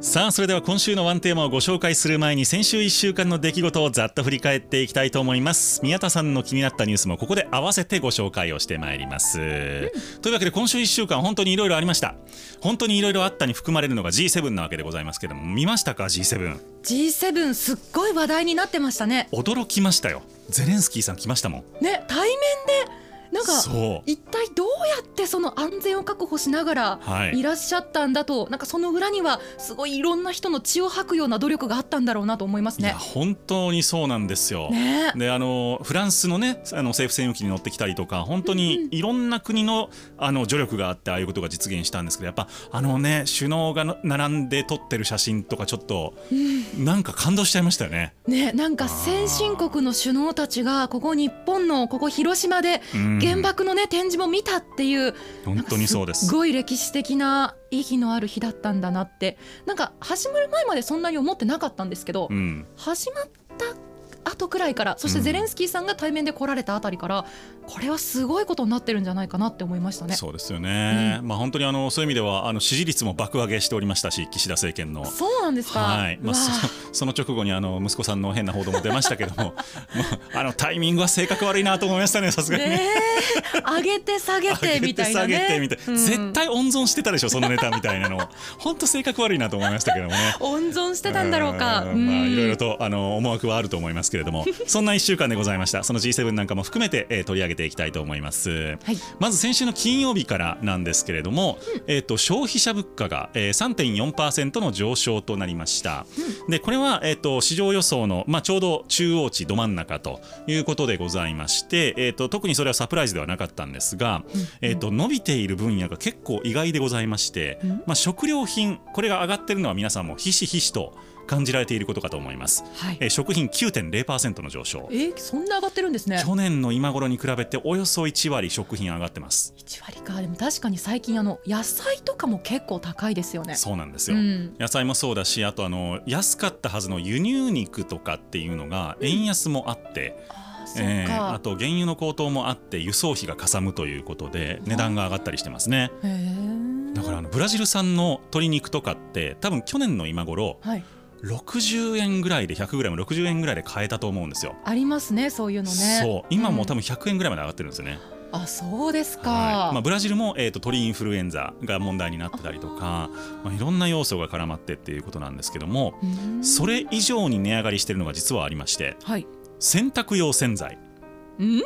さあそれでは今週のワンテーマをご紹介する前に先週1週間の出来事をざっと振り返っていきたいと思います宮田さんの気になったニュースもここで合わせてご紹介をしてまいります、というわけで今週1週間本当にいろいろありました本当にいろいろあったに含まれるのが G7 なわけでございますけども見ましたか G7 G7 すっごい話題になってましたね驚きましたよゼレンスキーさん来ましたもんね対面でなんかそう一体どうやってその安全を確保しながらはいいらっしゃったんだと、なんかその裏にはすごいいろんな人の血を吐くような努力があったんだろうなと思いますいやね。本当にそうなんですよ、ねであのフランスのねあの政府専用機に乗ってきたりとか本当にいろんな国のあの助力があってああいうことが実現したんですけどやっぱあのね首脳がの並んで撮ってる写真とかちょっとなんか感動しちゃいましたよね。ねなんか先進国の首脳たちがここ日本のここ広島でうん原爆のね展示も見たっていう本当にそうですすごい歴史的な意義のある日だったんだなってなんか始まる前までそんなに思ってなかったんですけど、うん、始まった後くらいからそしてゼレンスキーさんが対面で来られたあたりから、これはすごいことになってるんじゃないかなって思いましたね。そそうですよね、まあ、本当にあのそういう意味ではあの支持率も爆上げしておりましたし岸田政権のう。なんですか、はい、まあ、うわあそその直後にあの息子さんの変な報道も出ましたけども もうあのタイミングは性格悪いなと思いましたねさすがにねねえ上げて下げてみたいなね上げて下げてみたいな、うん絶対温存してたでしょそのネタみたいなの 本当性格悪いなと思いましたけどもね温存してたんだろうかんまあうんいろいろとあの思惑はあると思いますけれど もそんな1週間でございましたその G7 なんかも含めて、えー取り上げていきたいと思います、はいまず先週の金曜日からなんですけれども、えー、と消費者物価が、えー、3.4%の上昇となりました、でこれは、えー、と市場予想の、まあ、ちょうど中央値ど真ん中ということでございまして、えー、と特にそれはサプライズではなかったんですが、えー、と伸びている分野が結構意外でございまして、まあ、食料品これが上がってるのは皆さんもひしひしと感じられていることかと思います、はいえー食品9.0%の上昇えーそんな上がってるんですね去年の今頃に比べておよそ1割食品上がってます1割かでも確かに最近あの野菜とかも結構高いですよねそうなんですよ、うん野菜もそうだしあとあの安かったはずの輸入肉とかっていうのが円安もあって、あーそっか、えーあと原油の高騰もあって輸送費がかさむということで値段が上がったりしてますねへーだからあのブラジル産の鶏肉とかって多分去年の今頃はい60円ぐらいで 100g60 円ぐらいで買えたと思うんですよ、ありますねそういうのねそう今もう多分ん100円ぐらいまで上がってるんですよね、あそうですか、はいまあ、ブラジルも、えー、と鳥インフルエンザが問題になってたりとかまあ、いろんな要素が絡まってっていうことなんですけども、うんそれ以上に値上がりしてるのが実はありましてはい洗濯用洗剤うん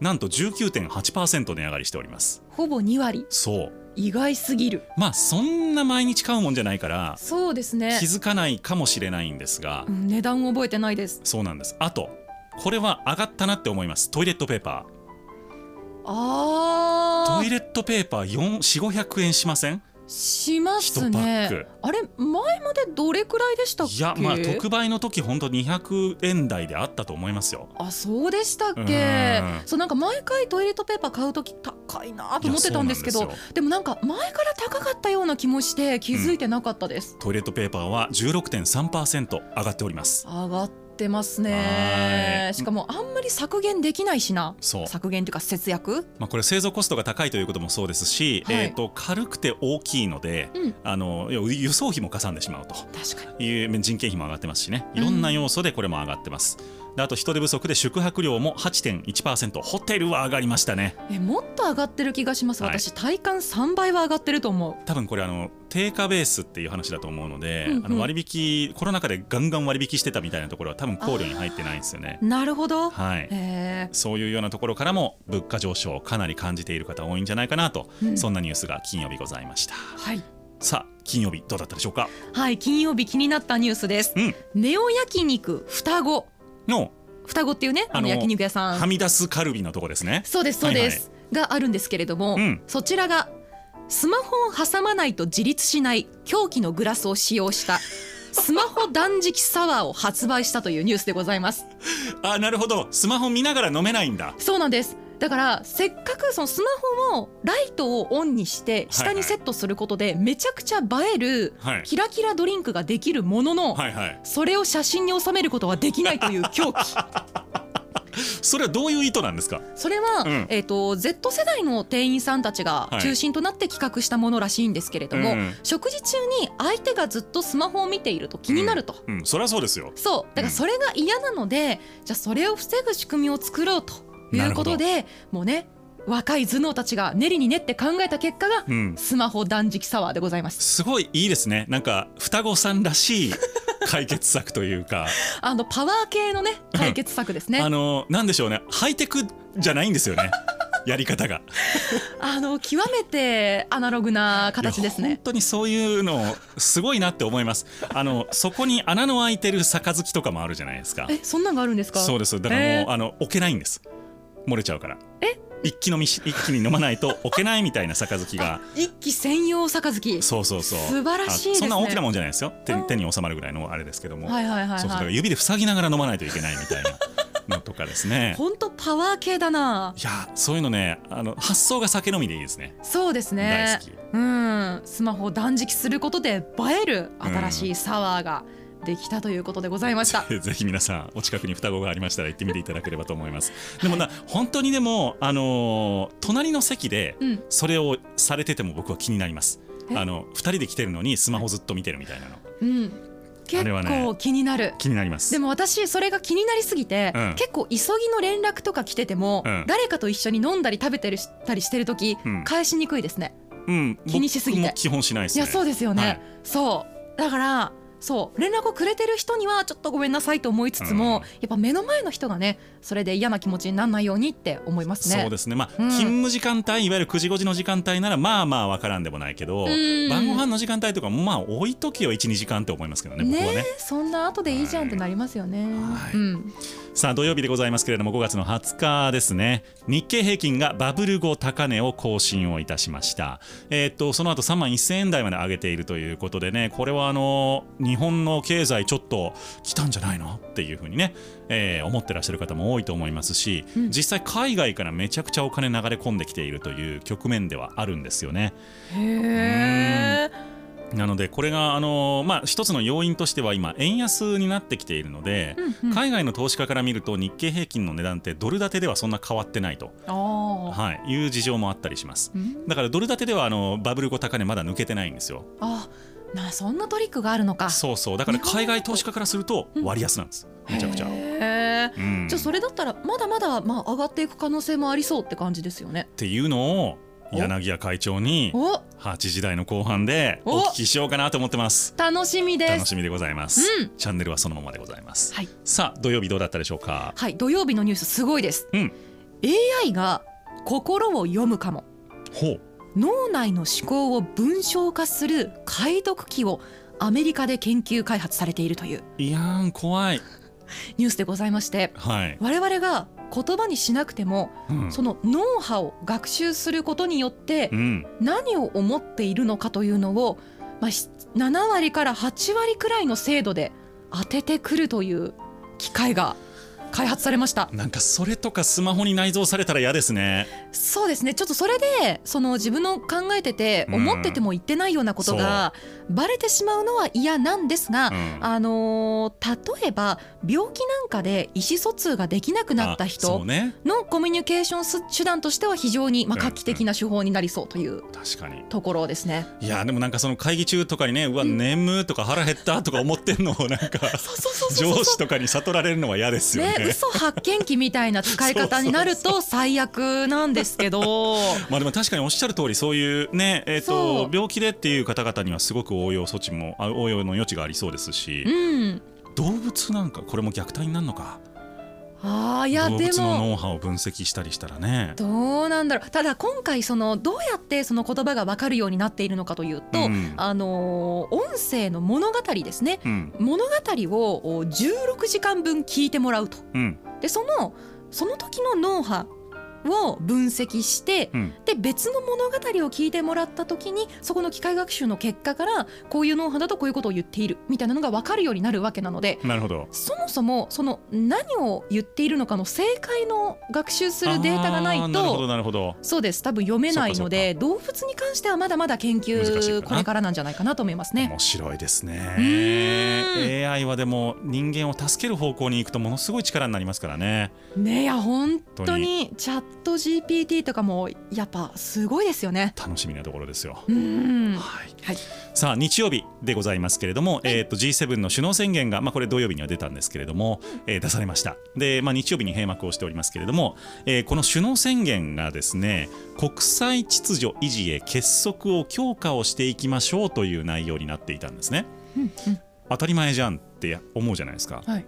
なんと19.8%値上がりしておりますほぼ2割そう意外すぎるまあそんな毎日買うもんじゃないからそうですね気づかないかもしれないんですが、うん値段覚えてないですそうなんですあとこれは上がったなって思いますトイレットペーパあーートイレットペーパー4500円しませんします一パッねクあれ前までどれくらいでしたっけいやまあ特売の時本当200円台であったと思いますよあそうでしたっけうんそうなんか毎回トイレットペーパー買う時高いなと思ってたんですけいやどそうなんででもなんか前から高かったような気もして気づいてなかったです、トイレットペーパーは16.3%上がっております上がってますはねいしかもあんまり削減できないしなそう削減というか節約まあ、これ製造コストが高いということもそうですし、はいえー、と軽くて大きいので、うんあの要は輸送費もかさんでしまうと確かにいう人件費も上がってますしねいろんな要素でこれも上がってます、であと人手不足で宿泊料も8.1%ホテルは上がりましたねえもっと上がってる気がしますはい私体感3倍は上がってると思う多分これあの定価ベースっていう話だと思うので、うんうんあの割引コロナ禍でガンガン割引してたみたいなところは多分考慮に入ってないんですよねなるほど。はいえーそういうようなところからも物価上昇をかなり感じている方多いんじゃないかなと、うんそんなニュースが金曜日ございましたはい、さあ金曜日どうだったでしょうかはい、金曜日気になったニュースです。うんネオ焼肉双子、の双子っていうね、ああのの焼肉屋さはん。み出すカルビのとこですねそうです、そうです、があるんですけれども、うんそちらが。スマホを挟まないと自立しない狂気のグラスを使用した。スマホ断食サワーを発売したというニュースでございます。あなるほどスマホ見ながら飲めないんだそうなんです。だからせっかくそのスマホもライトをオンにして下にセットすることでめちゃくちゃ映えるはいキラキラドリンクができるもののはいはい それを写真に収めることはできないという狂気それはどういう意図なんですかそれは、うんえっ、と Z 世代の店員さんたちがはい中心となって企画したものらしいんですけれども、うん食事中に相手がずっとスマホを見ていると気になると、うんそりゃそうですよそうだからそれが嫌なので、じゃあそれを防ぐ仕組みを作ろうということでもうね若い頭脳たちが練りに練って考えた結果が、うんスマホ断食サワーでございますすごいいいですねなんか双子さんらしい解決策というかあのパワー系のね解決策です ねあのなんでしょうねハイテクじゃないんですよねやり方があの極めてアナログな形ですいやね本当にそういうのすごいなって思いますあのそこに穴の開いてる杯とかもあるじゃないですかえそんなんがあるんですかそうですだからもう、えーあの置けないんです漏れちゃうから一気飲みし一気に飲まないと置けないみたいな杯が一気専用杯そうそうそう素晴らしいあですそねんな大きなもんじゃないですよ手うん手に収まるぐらいのあれですけども、はいはいはいそうそうだかはらい指で塞ぎながら飲まないといけないみたいなのとかです ね本当パワー系だないやそういうのねあの発想が酒飲みでいいですねそうですね大好きうんスマホを断食することで映える新しいサワーができたということでございました、 ぜひ皆さんお近くに双子がありましたら行ってみていただければと思いますでもな本当にでもあのー隣の席でうんそれをされてても僕は気になりますえあの2人で来てるのにスマホずっと見てるみたいなのうん、あ結れはね構気になる、気になりますでも私それが気になりすぎて、うん結構急ぎの連絡とか来てても、うん誰かと一緒に飲んだり食べてるしたりしてる時、うん返しにくいですねうん、気にしすぎて僕も基本しないですいねやそうですよね、はいそうだからそう連絡をくれてる人にはちょっとごめんなさいと思いつつも、うんやっぱ目の前の人がねそれで嫌な気持ちにならないようにって思いますねそうですね、まあうん勤務時間帯いわゆる9時5時の時間帯ならまあまあわからんでもないけどん晩ご飯の時間帯とかもまあ置いときよ12時間って思いますけどね僕はねねそんな後でいいじゃんってなりますよね、はいうん、さあ土曜日でございますけれども5月の20日ですね日経平均がバブル後高値を更新をいたしましたえーっとその後3万1000円台まで上げているということでねこれはあの日本の経済ちょっと来たんじゃないのっていうふうにね、えー思ってらっしゃる方も多いと思いますし、うん実際海外からめちゃくちゃお金流れ込んできているという局面ではあるんですよねへえなのでこれがあのまあ一つの要因としては今円安になってきているので、うんうん海外の投資家から見ると日経平均の値段ってドル建てではそんな変わってないと、ああ、はい、いう事情もあったりしますうんだからドル建てではあのバブル後高値まだ抜けてないんですよあなそんなトリックがあるのかそうそうだから海外投資家からすると割安なんですめちゃくちゃ、へえうん、じゃあそっれだったらまだまだまあ上がっていく可能性もありそうって感じですよねていうのを柳谷会長にお8時台の後半でお聞きしようかなと思ってます楽しみで楽すしみでございます、うんチャンネルはそのままでございますはい、さあ土曜日どうだったでしょうかはい、土曜日のニュースすごいですうん AI が心を読むかもほう脳内の思考を文章化する解読機をアメリカで研究開発されているといういやーん怖いニュースでございましてはい、我々が言葉にしなくてもうんその脳波を学習することによってうん、何を思っているのかというのを、まあ、し7割から8割くらいの精度で当ててくるという機械が開発されましたなんかそれとかスマホに内蔵されたら嫌ですね。そうですねちょっとそれでその自分の考えててうん思ってても言ってないようなことがバレてしまうのは嫌なんですが、うんあのー例えば病気なんかで意思疎通ができなくなったあ人そうね。のコミュニケーションす手段としては非常に、まあ、うんうん画期的な手法になりそうという確かに。ところですね。いやでもなんかその会議中とかにねうわうん眠とか腹減ったとか思ってんのをなんか そうそうそうそうそう上司とかに悟られるのは嫌ですよねね。嘘発見器みたいな使い方にな ると最悪なんですけどまあでも確かにおっしゃる通りそういうねえっ、そとう病気でっていう方々にはすごく応用措置もあ応用の余地がありそうですうし、ん動物なんかこれも虐待になるのか。あーいや動で物のも脳波を分析したりしたらね。どうなんだろうただ今回そのどうやってその言葉が分かるようになっているのかというと、うんあのー音声の物語ですねうん物語をお16時間分聞いてもらうとうんでそのその時の脳波を分析して、うんで別の物語を聞いてもらった時にそこの機械学習の結果からこういう脳波だとこういうことを言っているみたいなのが分かるようになるわけなのでなるほどそもそもその何を言っているのかの正解の学習するデータがないあーなるほどとなるほどそうです多分読めないので動物に関してはまだまだ研難しい究かなこれからなんじゃないかなと思いますね。面白いですうねー AI はでも人間を助ける方向に行くとものすごい力になりますからねねいや本当本当にチャット GPT とかもやっぱすごいですよね。楽しみなところですよ、うんはいはいさあ日曜日でございますけれども、えー、と G7 の首脳宣言が、まあ、これ土曜日には出たんですけれども、えー出されましたで、まあ、日曜日に閉幕をしておりますけれども、えーこの首脳宣言がですね国際秩序維持へ結束を強化をしていきましょうという内容になっていたんですねうん当たり前じゃんって思うじゃないですかうんはい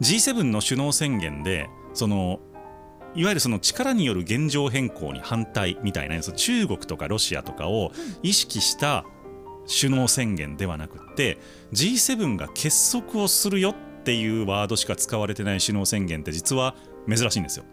G7 の首脳宣言でそのいわゆるその力による現状変更に反対みたいなその中国とかロシアとかを意識した首脳宣言ではなくって G7 が結束をするよっていうワードしか使われてない首脳宣言って実は珍しいんですよ。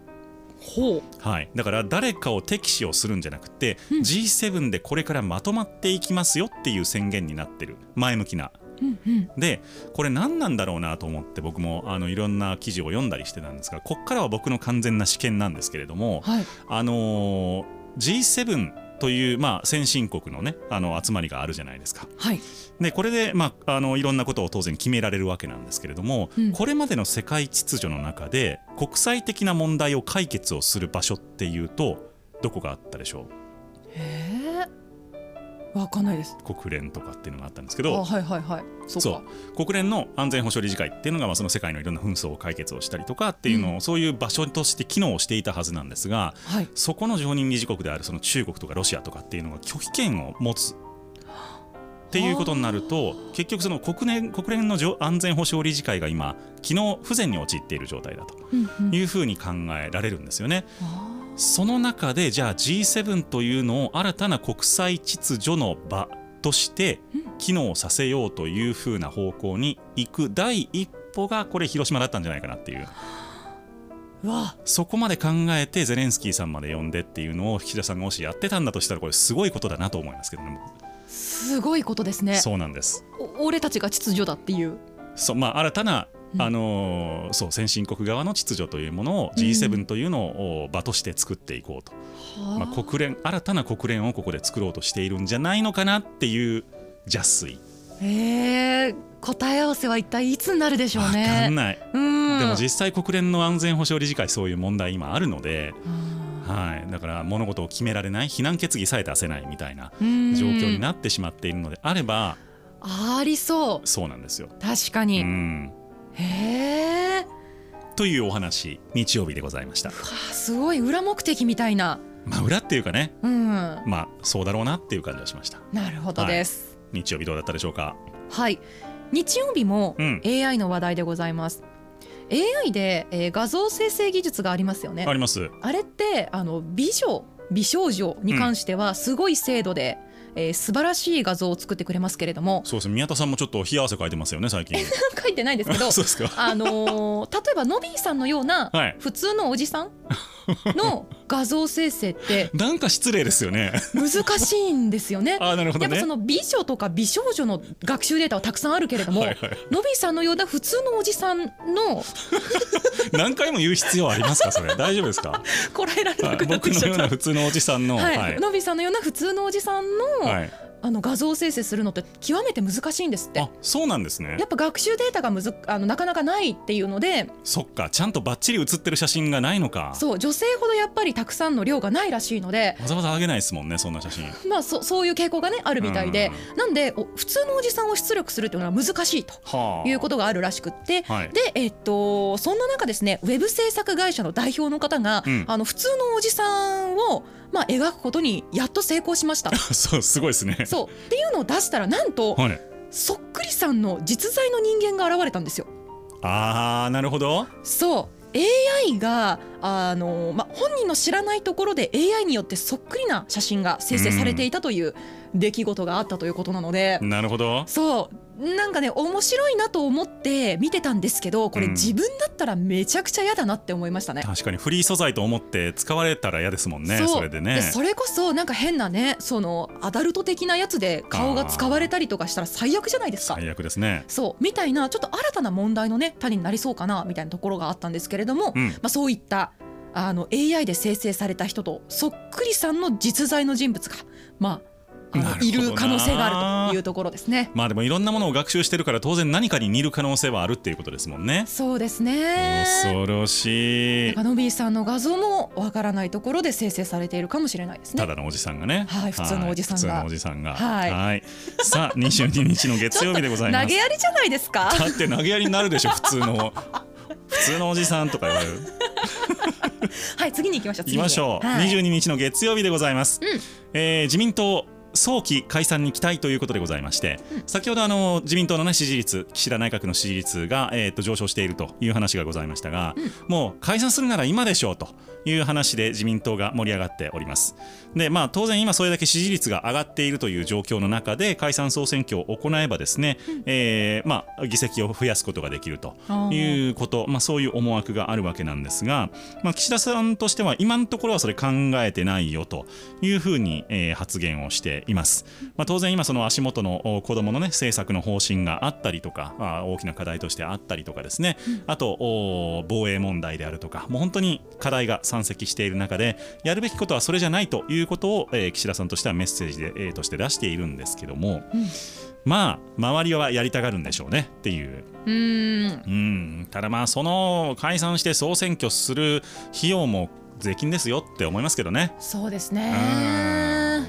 ほうはい、だから誰かを敵視をするんじゃなくて、G7 でこれからまとまっていきますよっていう宣言になってる前向きなうんうんでこれ何なんだろうなと思って僕もあのいろんな記事を読んだりしてたんですがこっからは僕の完全な試験なんですけれども、はいあのー G7 という、まあ、先進国の,、ね、あの集まりがあるじゃないですか。はいでこれで、まあ、あのいろんなことを当然決められるわけなんですけれども、うんこれまでの世界秩序の中で国際的な問題を解決をする場所っていうとどこがあったでしょえー、わかんないです。う国連とかっていうのがあったんですけあどはいはいはいそうそかう国連の安全保障理事会っていうのがまあその世界のいろんな紛争を解決をしたりとかっていうのを、そういう場所として機能していたはずなんですがはいそこの常任理事国であるその中国とかロシアとかっていうのが拒否権を持つっていうことになると結局その国連国連のじょ安全保障理事会が今機能不全に陥っている状態だとうんうんいうふうに考えられるんですよね。あその中でじゃあ G7 というのを新たな国際秩序の場としてうん機能させようというふうな方向に行く第一歩がこれ広島だったんじゃないかなっていうーうわそこまで考えてゼレンスキーさんまで呼んでっていうのを岸田さんがもしやってたんだとしたらこれすごいことだなと思いますけどねすごいことですね。そうなんですお俺たちが秩序だっていう。そうまあ新たなうんあのーそう先進国側の秩序というものをう G7 というのを場として作っていこうとまあ、はあ国連新たな国連をここで作ろうとしているんじゃないのかなっていう邪推えー、答え合わせは一体いつになるでしょわうかんね。ない、うんでも実際国連の安全保障理事会そういう問題今あるので、あはい、だから物事を決められない非難決議さえ出せないみたいなーうん状況になってしまっているのであれば、ありそうそうなんですよ。確かうに。んへえというお話日曜日でございました。すごい裏目的みたいな。まあ、裏っていうかねうんまあそうだろうなっていう感じがしました。なるほどです。日曜日どうだったでしょうか。はい、日曜日もうん AI の話題でございます。AI で、えー画像生成技術がありますよねあ。ります。あれってあの美女美少女に関してはすごい精度で、えー素晴らしい画像を作ってくれますけれど もそうですね宮田さんもちょっと冷や汗かいてますよね最近。書いてないんですけ どそうですか。あのー例えばノビーさんのようなはい普通のおじさん の画像生成ってなんか失礼ですよ ね。難しいんですよね。 あーなるほどやっぱねそ。の美女とか美少女の学習データはたくさんあるけれども、はいはいのびさんのような普通のおじさんの何回も言う必要ありますか それ。大丈夫ですか。こらえられはないくなっ僕てきちのよゃっうたな。普通のおじさんの。はい、のびさんのような普通のおじさんの,、はい。あの画像生成するのって極めて難しいんですってあ、そうなんですねや。っぱ学習データがむずあのなかなかないっていうのでそっか。ちゃんとバッチリ写ってる写真がないのか。そう女性ほどやっぱりたくさんの量がないらしいので、わざわざあげないですもんねそんな写真。まあ、そそういう傾向が、ね、あるみたいでなんでお普通のおじさんを出力するっていうのは難しいとはあ。いうことがあるらしくって、はい。で、えっと、そんな中ですねウェブ制作会社の代表の方が、うんあの普通のおじさんを、まあ、描くことにやっと成功しました そうすごいですね。そうっていうのを出したらなんとはい。そっくりさんの実在の人間が現れたんですよ。ああなるほど。そう AI があのまあ、本人の知らないところで AI によってそっくりな写真が生成されていたという出来事があったということなので、なるほどそうなんかね面白いなと思って見てたんですけどこれうん自分だったらめちゃくちゃ嫌だなって思いましたね。確かにフリー素材と思って使われたら嫌ですもんねうそれでねそれこそなんか変なねそのアダルト的なやつで顔が使われたりとかしたら最悪じゃないですか。最悪ですねそうみたいなちょっと新たな問題のね種になりそうかなみたいなところがあったんですけれども、うんまあ、そういったあの AI で生成された人とそっくりさんの実在の人物が、まあ、あなるほのどないる可能性があるというところですね。まあでもいろんなものを学習してるから当然何かに似る可能性はあるっていうことですもんねそうですね恐ろしいなんかのびーさんの画像もわからないところで生成されているかもしれないですたね。だのおじさんがねはい普通のおじさんがはい普通のおじさんがはいさあ22日の月曜日でございま投 すげやりじゃないですか。だって投げやりになるでしょ普通の普通のおじさんとか言われるはい、次に行きましょう。いきましょう、はい、 22日の月曜日でございます、うんえー自民党早期解散に期待ということでございまして、うん先ほどあの自民党の、ね、支持率岸田内閣の支持率が、えー、と上昇しているという話がございましたが、うんもう解散するなら今でしょうという話で自民党が盛り上がっておりますで、まあ、当然今それだけ支持率が上がっているという状況の中で解散総選挙を行えばですね、えーまあ、議席を増やすことができるとあーいうこと、まあ、そういう思惑があるわけなんですが、まあ、岸田さんとしては今のところはそれ考えてないよというふうに、えー発言をしています、まあ、当然今その足元のお子どもの、ね、政策の方針があったりとかあー大きな課題としてあったりとかですね、あとお防衛問題であるとかもう本当に課題が山積している中でやるべきことはそれじゃないということを、えー岸田さんとしてはメッセージで、えーとして出しているんですけども、うんまあ周りはやりたがるんでしょうねっていううーん、うん、ただまあその解散して総選挙する費用も税金ですよって思いますけどね。そうですね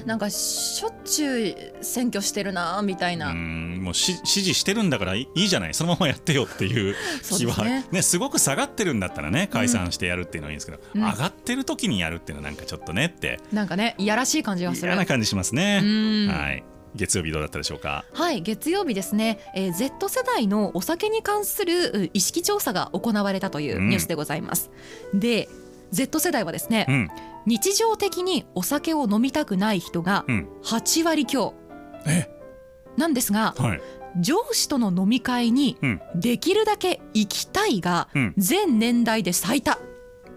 う。なんかしょっちゅう選挙してるなみたいうな。んもうし支持してるんだからいいいいじゃないそのままやってよっていう そう気ですはねねすごく下がってるんだったらね解散してやるっていうのはいいんですけど、うん上がってる時にやるっていうのはなんかちょっとねってなんかね、いやらしい感じがする。嫌な感じしますねう。んはい、月曜日どうだったでしょうか。はい月曜日ですね、えー Z 世代のお酒に関するう意識調査が行われたというニュースでございます、で Z 世代はですね、うん日常的にお酒を飲みたくない人がうん8割強えなんですがはい上司との飲み会にうんできるだけ行きたいがうん全年代で最多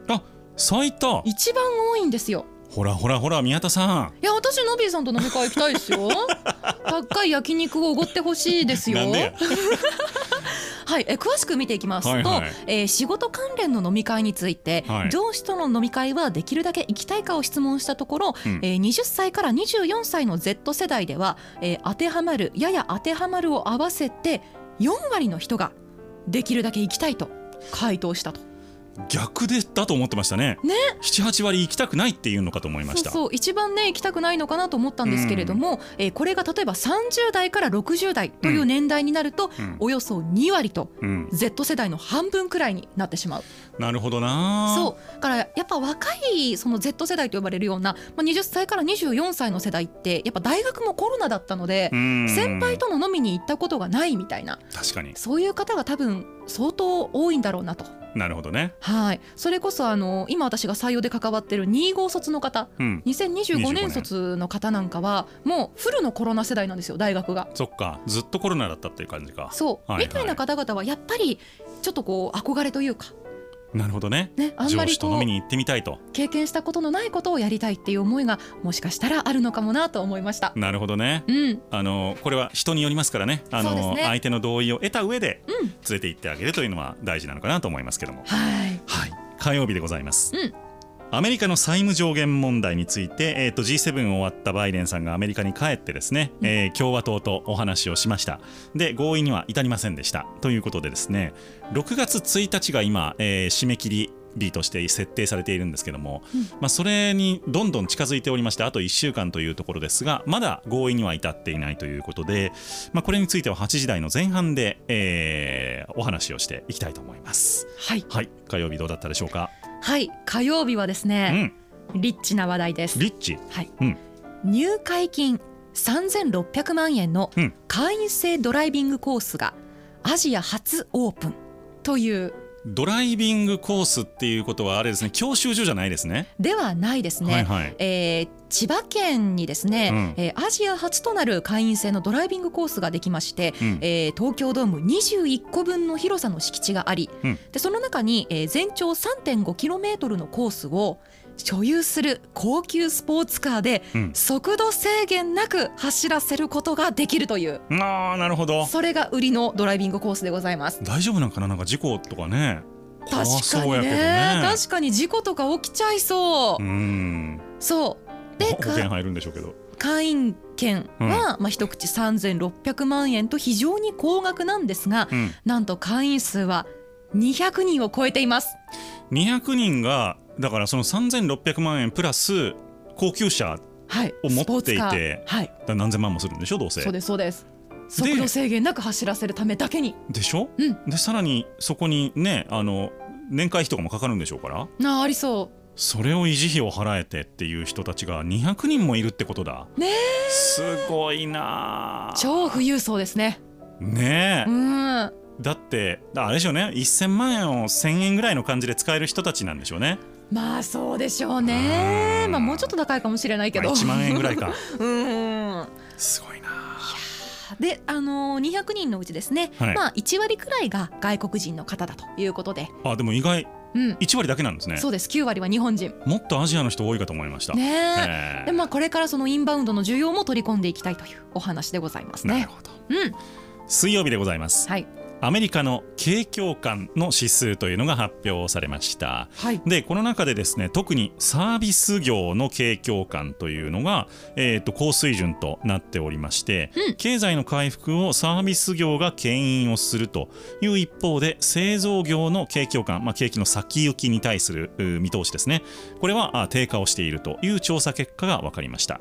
あ最多一番多いんですよほらほらほら宮田さいや私ノビーさんと飲み会行きたいです よ高い焼肉をおごってほしいですんよなんでやはい、えー詳しく見ていきますと、はいはいえー仕事関連の飲み会について、はい上司との飲み会はできるだけ行きたいかを質問したところ、うんえー20歳から24歳の Z 世代では、えー当てはまるやや当てはまるを合わせて4割の人ができるだけ行きたいと回答したと。逆でだと思ってましたねね78割行きたくないっていうのかと思いまそうしたそう一番ね行きたくないのかなと思ったんですけれども、えーこれが例えば30代から60代という年代になると、うんおよそ2割とうん Z 世代の半分くらいになってしまう。なるほどなそうだからやっぱ若いその Z 世代と呼ばれるような、まあ、20歳から24歳の世代ってやっぱ大学もコロナだったので、ん先輩との飲みに行ったことがないみたいな確かにそういう方が多分相当多いんだろうなと。なるほどねはい、それこそあの今私が採用で関わってる25卒の方うん2025 25年卒の方なんかはもうフルのコロナ世代なんですよ大学が。そっかずっとコロナだったっていう感じかそう、はいはいみたいな方々はやっぱりちょっとこう憧れというか、なるほどねね、あんま上り司とこ飲うみに行ってみたいと経験したことのないことをやりたいっていう思いがもしかしたらあるのかもなと思いました。なるほどねうん、あのこれは人によりますからねあそうですのね相手の同意を得た上でうん連れて行ってあげるというのは大事なのかなと思いますけどもはい。はい、火曜日でございます、うんアメリカの債務上限問題について、えー、と G7 を終わったバイデンさんがアメリカに帰ってですね、えー共和党とお話をしましたで合意には至りませんでしたということでですね6月1日が今、えー締め切り日として設定されているんですけども、まあ、それにどんどん近づいておりましてあと1週間というところですがまだ合意には至っていないということで、まあ、これについては8時台の前半で、えーお話をしていきたいと思います。はい。はい、火曜日どうだったでしょうか。はい。火曜日はですうね、ん、リッチな話題です。リッチ。はい。うん入会金3600万円のうん会員制ドライビングコースがアジア初オープンというドライビングコースっていうことはあれですね教習所じゃないですね。ではないですね、はいはい。えー千葉県にですね、うえーアジア初となる会員制のドライビングコースができまして、うんえー東京ドーム21個分の広さの敷地があり、うんでその中に、えー全長 3.5km のコースを所有する高級スポーツカーでうん速度制限なく走らせることができるというああなるほど。それが売りのドライビングコースでございます。大丈夫なんかななんか事故とかね。確怖かそうにやねけどね。確かに事故とか起きちゃいそうう、ん。そう 保でか険入るんでしょうけど。会員券は、うんまあ、一口3600万円と非常に高額なんですがうん。なんと会員数は200人を超えています200人がだからその3600万円プラス高級車はいを持っていてスポーツカーはいだ何千万もするんでしょどうせそうですそうです速度制限なく走らせるためだけにでしょ、うんでさらにそこにねあの年会費とかもかかるんでしょうからなあありそそれを維持費を払えてっていう人たちが200人もいるってことだねすごいなあう超富裕層ですねねえ、うんだってあれでしょうね1000万円を1000円ぐらいの感じで使える人たちなんでしょうねまあそうでしょうねうんまあもうちょっと高いかもしれないけど、まあ1万円ぐらいか うんすごいなあで、あのー、200人のうちですね、はいまあ1割くらいが外国人の方だということで、あでも意外うん、 1割だけなんですねそうです9割は日本人もっとアジアの人多いかと思いましたねえええでまあこれからそのインバウンドの需要も取り込んでいきたいというお話でございますなるね。ほどうん、水曜日でございますはい、アメリカの景況感の指数というのが発表されましたはい、でこの中でですね特にサービス業の景況感というのが、えー、と高水準となっておりまして、うん経済の回復をサービス業が牽引をするという一方で製造業の景況感、まあ、景気の先行きに対するうー見通しですねこれはあ低下をしているという調査結果が分かりました。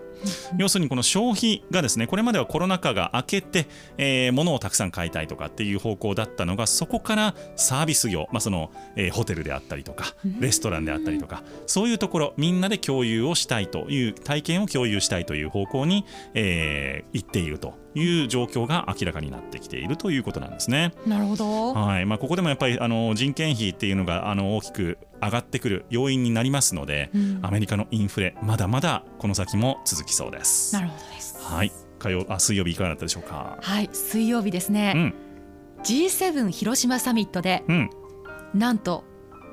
要するにこの消費がですねこれまではコロナ禍が明けて、えー物をたくさん買いたいとかっていう方向だったのがそこからサービス業、まあそのえーホテルであったりとかレストランであったりとかそういうところみんなで共有をしたいという体験を共有したいという方向に、えー行っているという状況が明らかになってきているということなんですね。なるほど。はいまあ、ここでもやっぱりあの人件費っていうのがあの大きく上がってくる要因になりますので、うんアメリカのインフレまだまだこの先も続きそうですな。るほどです。はい、火曜あ水曜日いかがだったでしょうか。はい、水曜日ですうね。ん G7 広島サミットでうん、なんと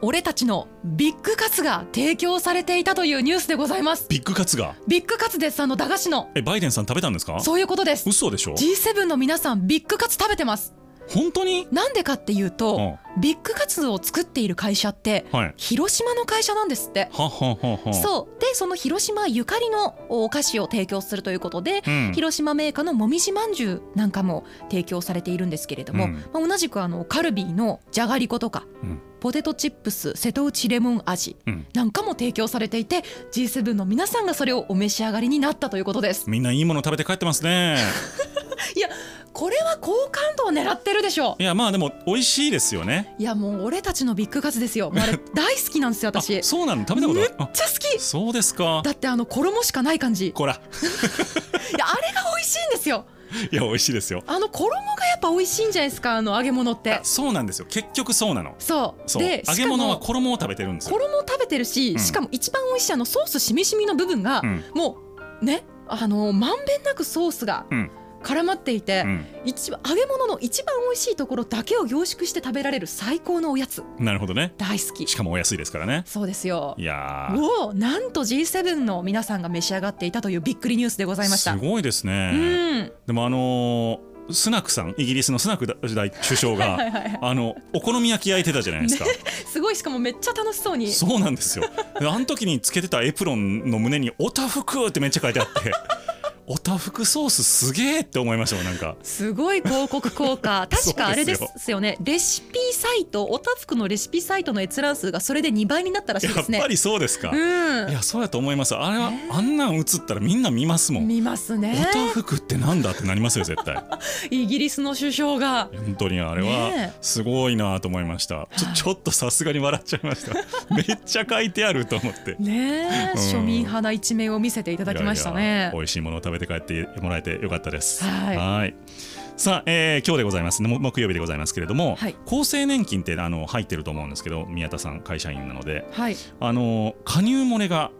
俺たちのビッグカツが提供されていたというニュースでございます。ビッグカツがビッグカツです。あの駄菓子のえバイデンさん食べたんですか。そういうことです。嘘でしょ。 G7 の皆さんビッグカツ食べてます。本当に？なんでかっていううと、んビッグカツを作っている会社ってはい。広島の会社なんですって。はははは。そうでその広島ゆかりのお菓子を提供するということで、うん。広島メーカーのもみじまんじゅうなんかも提供されているんですけれども、うんまあ、同じくあのカルビーのじゃがりことか、うんポテトチップス瀬戸内レモン味うんなんかも提供されていて G7 の皆さんがそれをお召し上がりになったということですみんないいもの食べて帰ってます ね。これは好感度を狙ってるでしょいやまあでも美味しいですよね。いやもう俺たちのビッグカツですよもうあれ 大好きなんですよあ私めっちそうなの食べたことあゃ好きそうですか。だってあの衣しかない感じいこらやあれが美味しいんですよいや美味しいですよ。あの衣がやっぱ美味しいんじゃないですかあの揚げ物ってあそうなんですよ結局そうなの。そうそうで揚しげか物はも衣を食べてるんですよ。衣を食べてるし、うんしかも一番美味しいあのソースしみしみの部分が、うんもうねあのまんべんなくソースがうん絡まっていて、うん一番揚げ物の一番美味しいところだけを凝縮して食べられる最高のおやつなるほどね。大好きしかもお安いですからね。そうですよいやーをなんと G7 の皆さんが召し上がっていたというびっくりニュースでございましたすごいですね。うんでもあのースナクさんイギリスのスナク大首相がはいはいはいあのお好み焼き焼いてたじゃないですか、すごいしかもめっちゃ楽しそうにそうなんですよであの時につけてたエプロンの胸に「おたふく」ってめっちゃ書いてあっておたふくソースすげえって思いましたもんなんかすごい広告効 果そうですよ確かあれですよねレシピサイトおたふくのレシピサイトの閲覧数がそれで2倍になったらしいやでっすねぱりそうですか、いうんやそうやと思いますあれは、ねあんなん映ったらみんな見ますもん、見ますおねたふくってなんだってなりますよ絶対イギリスの首相が本当にあれはねすごいなと思いました、ちょちょっとさすがに笑っちゃいましためっちゃ書いてあると思ってねえ、うん庶民派な一面を見せていただきましたいやいやね美味しいものを食べて帰ってもらえてよかったです。はいはいさあ、えー今日でございますも木曜日でございますけれども、はい厚生年金ってあの入ってると思うんですけど宮田さん会社員なのではいあの加入漏れが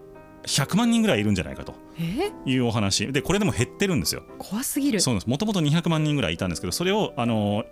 100万人ぐらいいるんじゃないかとえー、いうお話でこれでも減ってるんですよ。怖すぎるそうなんですもともと200万人ぐらいいたんですけどそれをあの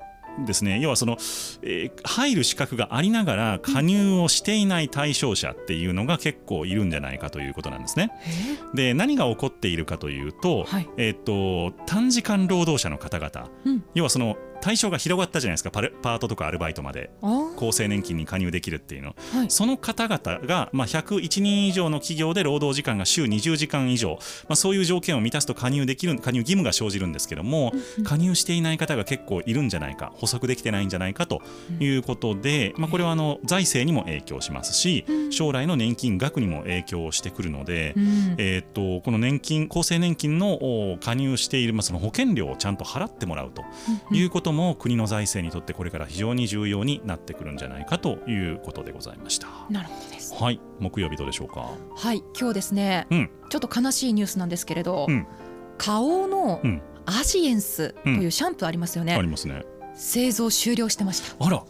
ですね、要はその、えー入る資格がありながら加入をしていない対象者っていうのが結構いるんじゃないかということなんですね。えーで何が起こっているかというと,、はいえー、と短時間労働者の方々、うん要はその対象が広がったじゃないですかパルパートとかアルバイトまであー厚生年金に加入できるっていうのはいその方々が、まあ、101人以上の企業で労働時間が週20時間以上、まあ、そういう条件を満たすと加入できる加入義務が生じるんですけども、加入していない方が結構いるんじゃないか補足できてないんじゃないかということで、まあ、これはあの財政にも影響しますし、うん将来の年金額にも影響してくるので。うんえー、とこの年金厚生年金のお加入している、まあ、その保険料をちゃんと払ってもらうということも、国の財政にとってこれから非常に重要になってくるんじゃないかということでございました。なるほどですはい木曜日どうでしょうかはい今日ですね、うんちょっと悲しいニュースなんですけれど、うん花王のうんアジエンスというシャンプーありますよね、ありますね製造終了してましたあら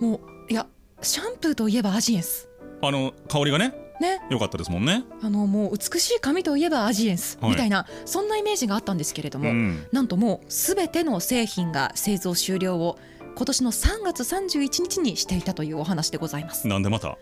もういやシャンプーといえばアジエンスあの香りがねね良かったですもんねあのもう美しい髪といえばアジエンスはいみたいな、そんなイメージがあったんですけれども、んなんともうすべての製品が製造終了を今年の3月31日にしていたというお話でございますなんでまた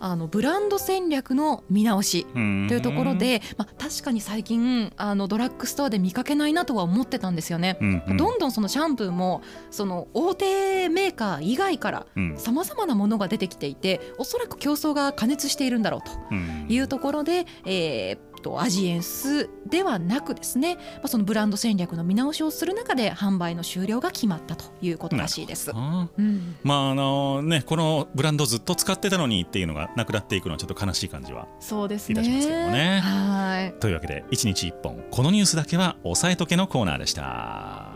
あのブランド戦略の見直しとといいうところで、まあ、確かに最近あのドラッグストアで見かけないなとは思ってたんですよね。うんうんどんどんそのシャンプーもその大手メーカー以外からうんさまざまなものが出てきていておそらく競争が過熱しているんだろうとうんいうところで、えーっとアジエンスではなくですね、まあ、そのブランド戦略の見直しをする中で販売の終了が決まったということらしいです。あーうんまああのねこのブランドずっと使ってたのにっていうのがなくなっていくのはちょっと悲しい感じはそうですいたしますけどもねはいというわけで1日1本このニュースだけは押さえとけのコーナーでした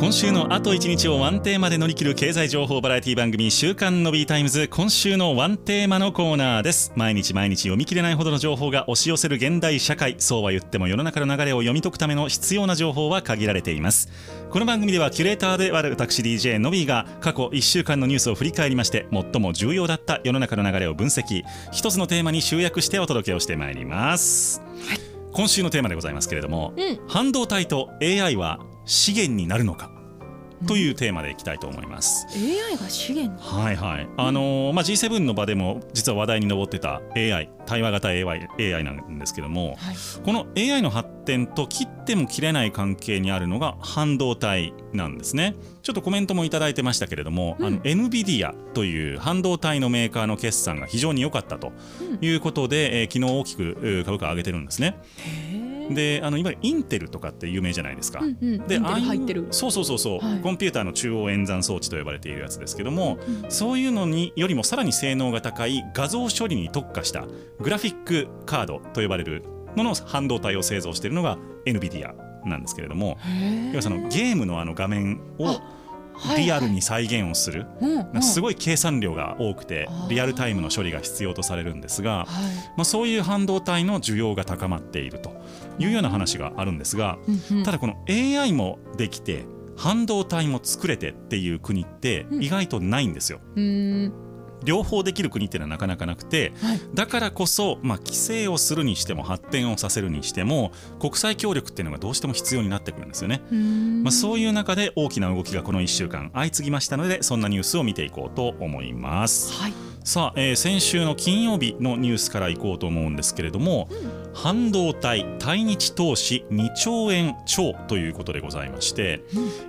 今週のあと1日をワンテーマで乗り切る経済情報バラエティ番組週刊のビータイムズ今週のワンテーマのコーナーです毎日毎日読み切れないほどの情報が押し寄せる現代社会そうは言っても世の中の流れを読み解くための必要な情報は限られていますこの番組ではキュレーターである私 DJ のびーが過去1週間のニュースを振り返りまして最も重要だった世の中の流れを分析一つのテーマに集約してお届けをしてまいります、今週のテーマでございますけれども、うん半導体と AI は資源になるのかというテーマでいきたいと思います。 AI が資源にはいはい、あのーまあ、G7 の場でも実は話題に上ってた AI 対話型 AI, AI なんですけどもはいこの AI の発展と切っても切れない関係にあるのが半導体なんですねちょっとコメントもいただいてましたけれども、あの NVIDIA という半導体のメーカーの決算が非常に良かったということで、えー昨日大きくえー株価上げてるんですね。であのいわゆるインテルとかって有名じゃないですか。うんうんでインテルああいう入ってるそうそうそうそう、はいコンピューターの中央演算装置と呼ばれているやつですけども、そういうのによりもさらに性能が高い画像処理に特化したグラフィックカードと呼ばれるのの半導体を製造しているのが NVIDIA なんですけれども、要はそのゲームのあの画面をリアルに再現をする、うんうんすごい計算量が多くてあーリアルタイムの処理が必要とされるんですが、はいまあ、そういう半導体の需要が高まっているというような話があるんですが、うんうんただこの AI もできて半導体も作れてっていう国ってうん意外とないんですよ。うーん両方できる国っていうのはなかなかなくてはいだからこそ、まあ、規制をするにしても発展をさせるにしても国際協力っていうのがどうしても必要になってくるんですよね。うーんまあ、そういう中で大きな動きがこの1週間相次ぎましたのでそんなニュースを見ていこうと思います。はいさあ、えー先週の金曜日のニュースからいこうと思うんですけれども、半導体対日投資2兆円超ということでございまして、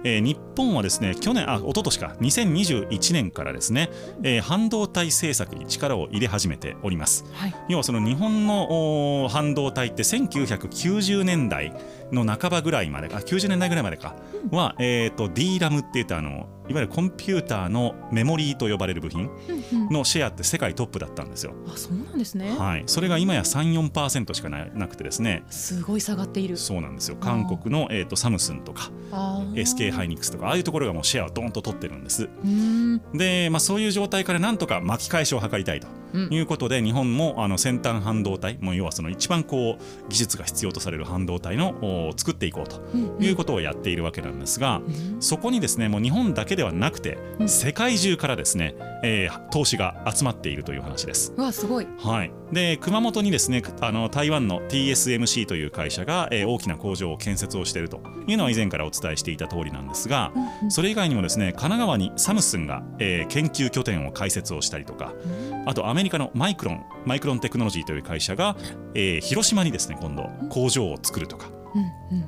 えー日本はですね去年あ一昨年か2021年からですね、えー半導体政策に力を入れ始めております。はい要はその日本のおー半導体って1990年代の半ばぐらいまでか90年代ぐらいまでかは、えー、と DRAM って言ってあのいわゆるコンピューターのメモリーと呼ばれる部品うんうんのシェアって世界トップだったんですよ。あそうなんですね、はい、それが今や3、4%しかななくてですね、すごい下がっているそうなんですよ、韓国の、えー、とサムスンとか、あー SK ハイニックスとか、ああいうところがもうシェアをドーンと取ってるんです。うーんで、まあ、そういう状態からなんとか巻き返しを図りたいとうんいうことで、日本もあの先端半導体、もう要はその一番こう技術が必要とされる半導体のを作っていこうとうんうんいうことをやっているわけなんですが、うんそこにですねもう日本だけではなくて、うん世界中からですね、えー投資が集まっているという話です。うわすごいはい、で熊本にですねあの台湾の TSMC という会社が、えー大きな工場を建設をしているというのは以前からお伝えしていた通りなんですが、うんうんそれ以外にもですね神奈川にサムスンが、えー研究拠点を開設をしたりとかあとアメリカのマイクロンマイクロンテクノロジーという会社が、えー広島にですね今度工場を作るとかうんうん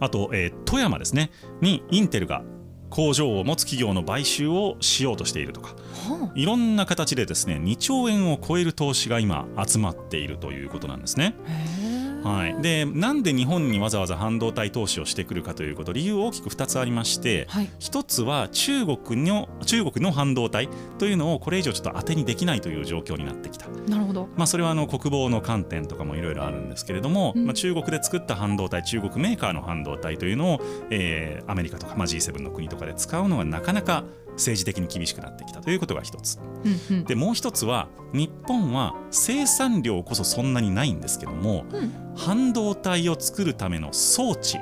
あと、えー富山ですねにインテルが工場を持つ企業の買収をしようとしているとかはいろんな形でですね2兆円を超える投資が今集まっているということなんですね。あへーはい、でなんで日本にわざわざ半導体投資をしてくるかということ理由大きく2つありまして、はい一つは中国の中国の半導体というのをこれ以上ちょっと当てにできないという状況になってきた、なるほどまあ、それはあの国防の観点とかもいろいろあるんですけれども、うんまあ、中国で作った半導体中国メーカーの半導体というのを、えーアメリカとか、まあ、G7 の国とかで使うのがなかなか政治的に厳しくなってきたということが一つうんうんでもう一つは日本は生産量こそそんなにないんですけども、うん半導体を作るための装置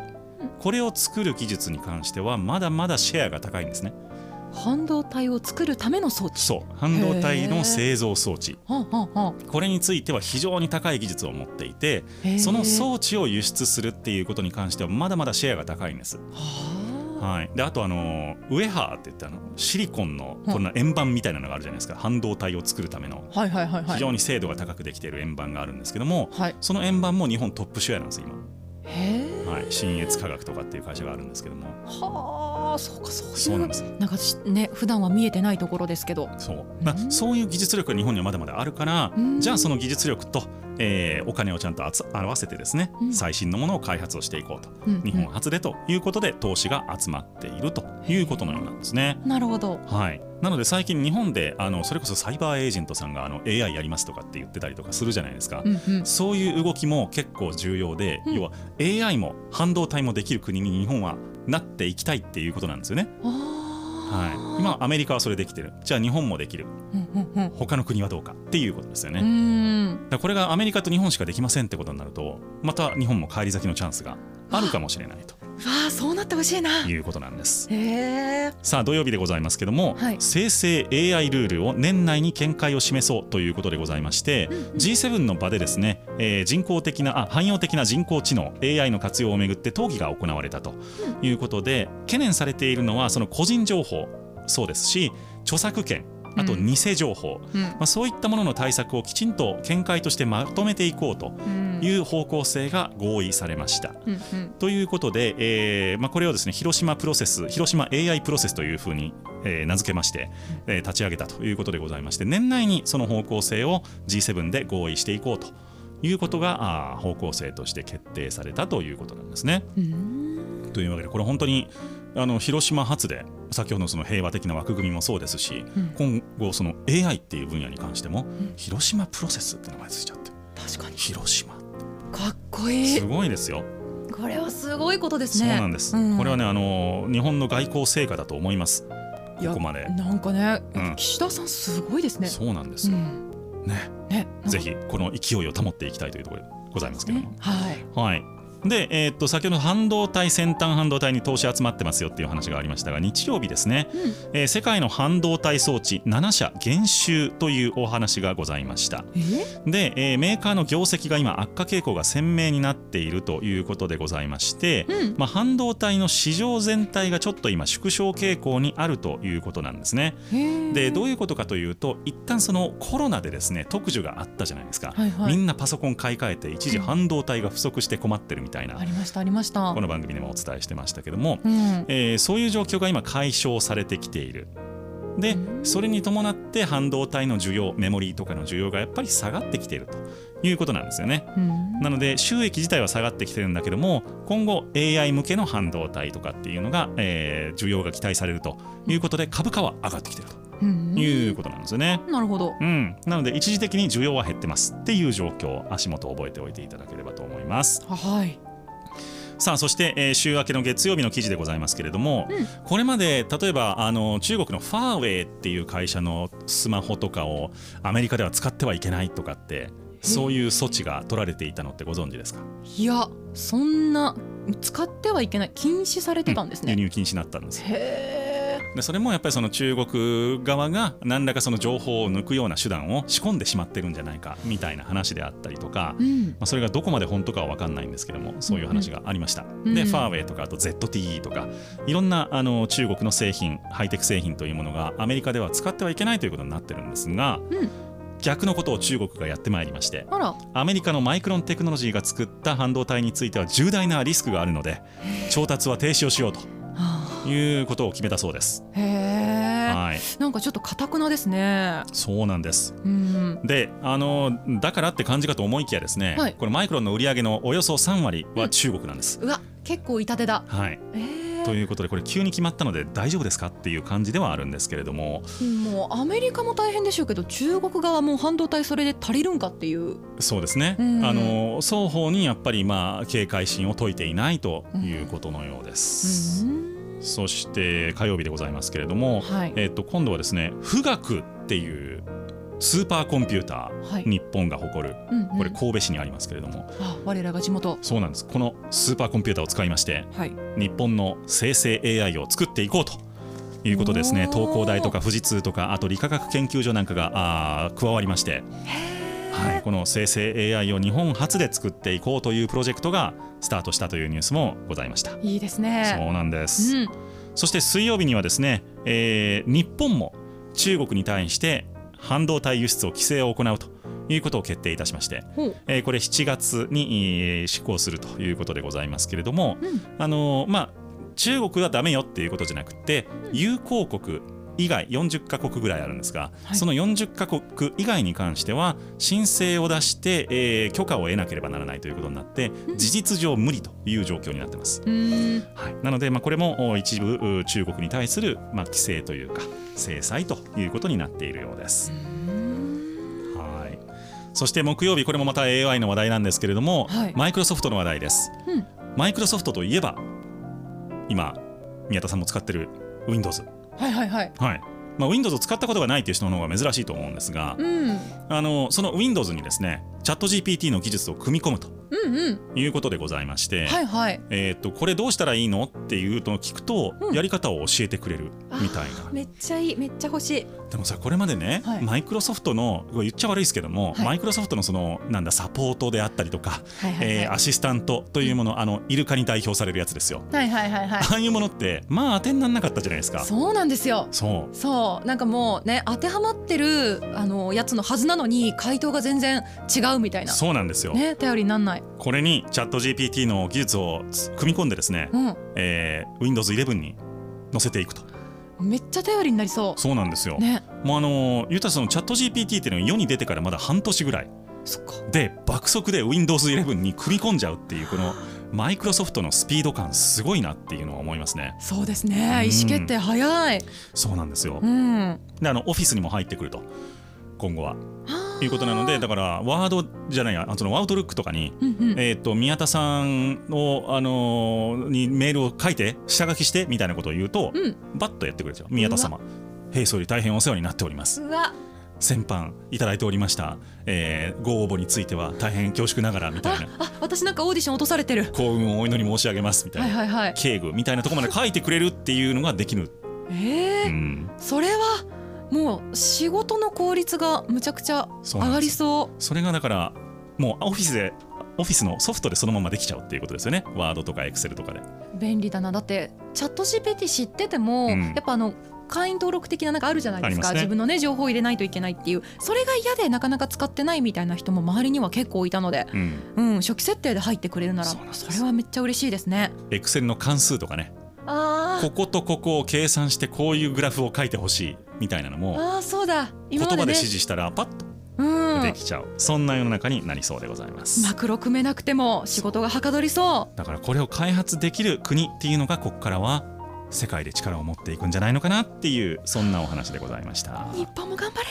これを作る技術に関してはまだまだシェアが高いんですね半導体を作るための装置そう半導体の製造装置はあはあはこれについては非常に高い技術を持っていてあへーその装置を輸出するっていうことに関してはまだまだシェアが高いんです、はあはい、であとあのウエハーって言ってあのシリコンのこんな円盤みたいなのがあるじゃないですか半導体を作るためのはいはいはいは非い常に精度が高くできている円盤があるんですけどもはいその円盤も日本トップシェアなんです今、へえはい、新越化学とかっていう会社があるんですけどもはあそうかそういうそうなんですなんかしね普段は見えてないところですけどそうまうあ、んそういう技術力が日本にはまだまだあるからうんじゃあその技術力と、えーお金をちゃんとあつ合わせてですね、うん最新のものを開発をしていこうと、うんうん日本初でということで投資が集まっているということのようなんですね。なるほどはい、なので最近日本であのそれこそサイバーエージェントさんがあの AI やりますとかって言ってたりとかするじゃないですか。うんうんそういう動きも結構重要で、うん要は AI も半導体もできる国に日本はなっていきたいっていうことなんですよね。は、はい今アメリカはそれできてるじゃあ日本もできるうんうんうん他の国はどうかっていうことですよね。うーんだからこれがアメリカと日本しかできませんってことになるとまた日本も返り咲きのチャンスがあるかもしれないとわあそうなってほしいないうことなんです。へえさあ土曜日でございますけども、はい生成 AI ルールを年内に見解を示そうということでございまして、G7 の場でですね、えー人工的なあ汎用的な人工知能 AI の活用をめぐって討議が行われたということで、懸念されているのはその個人情報そうですし著作権あとうん偽情報、まあ、そういったものの対策をきちんと見解としてまとめていこうとうんいう方向性が合意されました。うんうんということで、えーまあ、これをですね広島プロセス広島 AI プロセスというふうに、えー名付けまして、えー立ち上げたということでございまして年内にその方向性を G7 で合意していこうということがあー方向性として決定されたということなんですね。うーんというわけでこれ本当にあの広島発で先ほどのその平和的な枠組みもそうですし、うん今後その AI っていう分野に関しても、ん広島プロセスって名前ついちゃって確かに広島かっこいすいごいですよ。これはすごいことですそうねなんです、これはねあの日本の外交成果だと思いますいやここまでなんかねうん岸田さんすごいですねそうなんですよ、んねねなんかぜひこの勢いを保っていきたいというところでございますけども、ねはいはいで、えーっと先ほど半導体先端半導体に投資集まってますよっていう話がありましたが日曜日ですね、うえー世界の半導体装置7社減収というお話がございましたえで、えーメーカーの業績が今悪化傾向が鮮明になっているということでございまして、うんまあ、半導体の市場全体がちょっと今縮小傾向にあるということなんですね。へえでどういうことかというと一旦そのコロナでですね特需があったじゃないですか、はいはいみんなパソコン買い替えて一時半導体が不足して困ってるみたいな、ありましたありましたこの番組でもお伝えしてましたけども、うんえーそういう状況が今解消されてきている。でうんそれに伴って半導体の需要メモリーとかの需要がやっぱり下がってきているということなんですよね。うんなので収益自体は下がってきてるんだけども今後 AI 向けの半導体とかっていうのが、えー需要が期待されるということで株価は上がってきてるうんということなんですよね。なるほどうん、なので一時的に需要は減ってますっていう状況足元を覚えておいていただければと思いますはいさあそして、えー週明けの月曜日の記事でございますけれども、うんこれまで例えばあの中国のファーウェイっていう会社のスマホとかをアメリカでは使ってはいけないとかってそういう措置が取られていたのってご存知ですかいやそんな使ってはいけない禁止されてたんです輸ね、入禁止になったんですへでそれもやっぱりその中国側が何らかその情報を抜くような手段を仕込んでしまってるんじゃないかみたいな話であったりとか、え、うんまあ、それがどこまで本当かは分かんないんですけどもそういう話がありました、んで、うんファーウェイとかあと ZTE とかいろんなあの中国の製品ハイテク製品というものがアメリカでは使ってはいけないということになってるんですが、うん逆のことを中国がやってまいりましてあらアメリカのマイクロンテクノロジーが作った半導体については重大なリスクがあるので調達は停止をしようとはいうことを決めたそうです。あへえはい、なんかちょっと堅くなですねそうなんですうんであのだからって感じかと思いきやですね、はいこれマイクロンの売り上げのおよそ3割は中国なんです。うわ結構痛手だはいえということでこれ急に決まったので大丈夫ですかっていう感じではあるんですけれどももうアメリカも大変でしょうけど中国側も半導体それで足りるんかっていうそうですね、うんあの双方にやっぱりまあ警戒心を解いていないということのようです、うんそして火曜日でございますけれども、はいえっと今度はですね富岳っていうスーパーコンピュータはいー日本が誇るうんうんこれ神戸市にありますけれども、あ我らが地元そうなんですこのスーパーコンピューターを使いましてはい日本の生成 AI を作っていこうということですねおー東工大とか富士通とかあと理化学研究所なんかがあー加わりまして、はい、この生成 AI を日本初で作っていこうというプロジェクトがスタートしたというニュースもございました。いいですそねうなんです、うんそして水曜日にはですね、えー日本も中国に対して半導体輸出を規制を行うということを決定いたしまして、ほうえーこれ7月にえー施行するということでございますけれども、うんあのーまあ、中国はダメよっていうことじゃなくて友好国以外40カ国ぐらいあるんですが、はいその40カ国以外に関しては申請を出して、えー許可を得なければならないということになってうん事実上無理という状況になってます。うんはい、なので、まあ、これもお一部う中国に対する、まあ、規制というか制裁ということになっているようです。はいそして木曜日、これもまた AI の話題なんですけれども、はいマイクロソフトの話題です。うんマイクロソフトといえば、今、宮田さんも使ってる Windows。はいはいはいはいまあ、Windows を使ったことがないという人の方が珍しいと思うんですが、うんあのその Windows にですね、チャット GPT の技術を組み込むとうんうんいうことでございまして、はいはいえー、とこれどうしたらいいのっていうのを聞くと、うんやり方を教えてくれるみたいあーなめっちゃいいめっちゃ欲しいでもさこれまでね、はいマイクロソフトのこれ言っちゃ悪いですけども、はいマイクロソフトのそのなんだサポートであったりとか、はいはえーアシスタントというもの、あのイルカに代表されるやつですよ、はいはいはいはいああいうものってまあ当てにならなかったじゃないですかそうなんですよそうそうなんかもうね当てはまってるあのやつのはずなのに回答が全然違うみたいなそうなんですよ、ね頼りになんないこれにチャット GPT の技術を組み込んでですね、うんえー Windows11 に載せていくとめっちゃ頼りになりそそうなんですよ、うねもうあの言うたらそのチャット GPT っていうのは世に出てからまだ半年ぐらいそっかで爆速で Windows11 に組み込んじゃうっていうこのマイクロソフトのスピード感すごいなっていうのは思いますねそうですうねん意思決定早いそうなんですようんであのオフィスにも入ってくると今後はあーいうことなのでだからワードじゃないやあそのワウトルックとかにうんうんえー、と宮田さんを、あのーにメールを書いて下書きしてみたいなことを言うと、うんバッとやってくれちゃう宮田様平総理大変お世話になっておりますうわ先般いただいておりました、えーご応募については大変恐縮ながらみたいなあ私なんかオーディション落とされてる幸運をお祈り申し上げますみたいな、はいはいはい警具みたいなところまで書いてくれるっていうのができる、えうーん、それはもう仕事の効率がむちゃくちゃそう上なんがでりすそそれがだからもうオフィスでオフィスのソフトでそのままできちゃうっていうことですよねワードとかエクセルとかでう便利だなだってチャット GPT 知ってても、うんやっぱあの会員登録的ななんかあるじゃないですあかりますね自分のね情報を入れないといけないっていうそれが嫌でなかなか使ってないみたいな人も周りには結構いたので、うんうん、初期設定で入ってくれるならそそうなんですれはめっちゃ嬉しいですねエクセルの関数とかねあーこことここを計算してこういうグラフを書いてほしいみたいなのもああそうだ言今葉でまでね指示したらパッとうんできちゃう、そんな世の中になりそうでございます、マクロ組めなくても仕事がはかどりそだからこれを開発できる国っていうのがここからは世界で力を持っていくんじゃないのかなっていうそんなお話でございましたう日本も頑張れ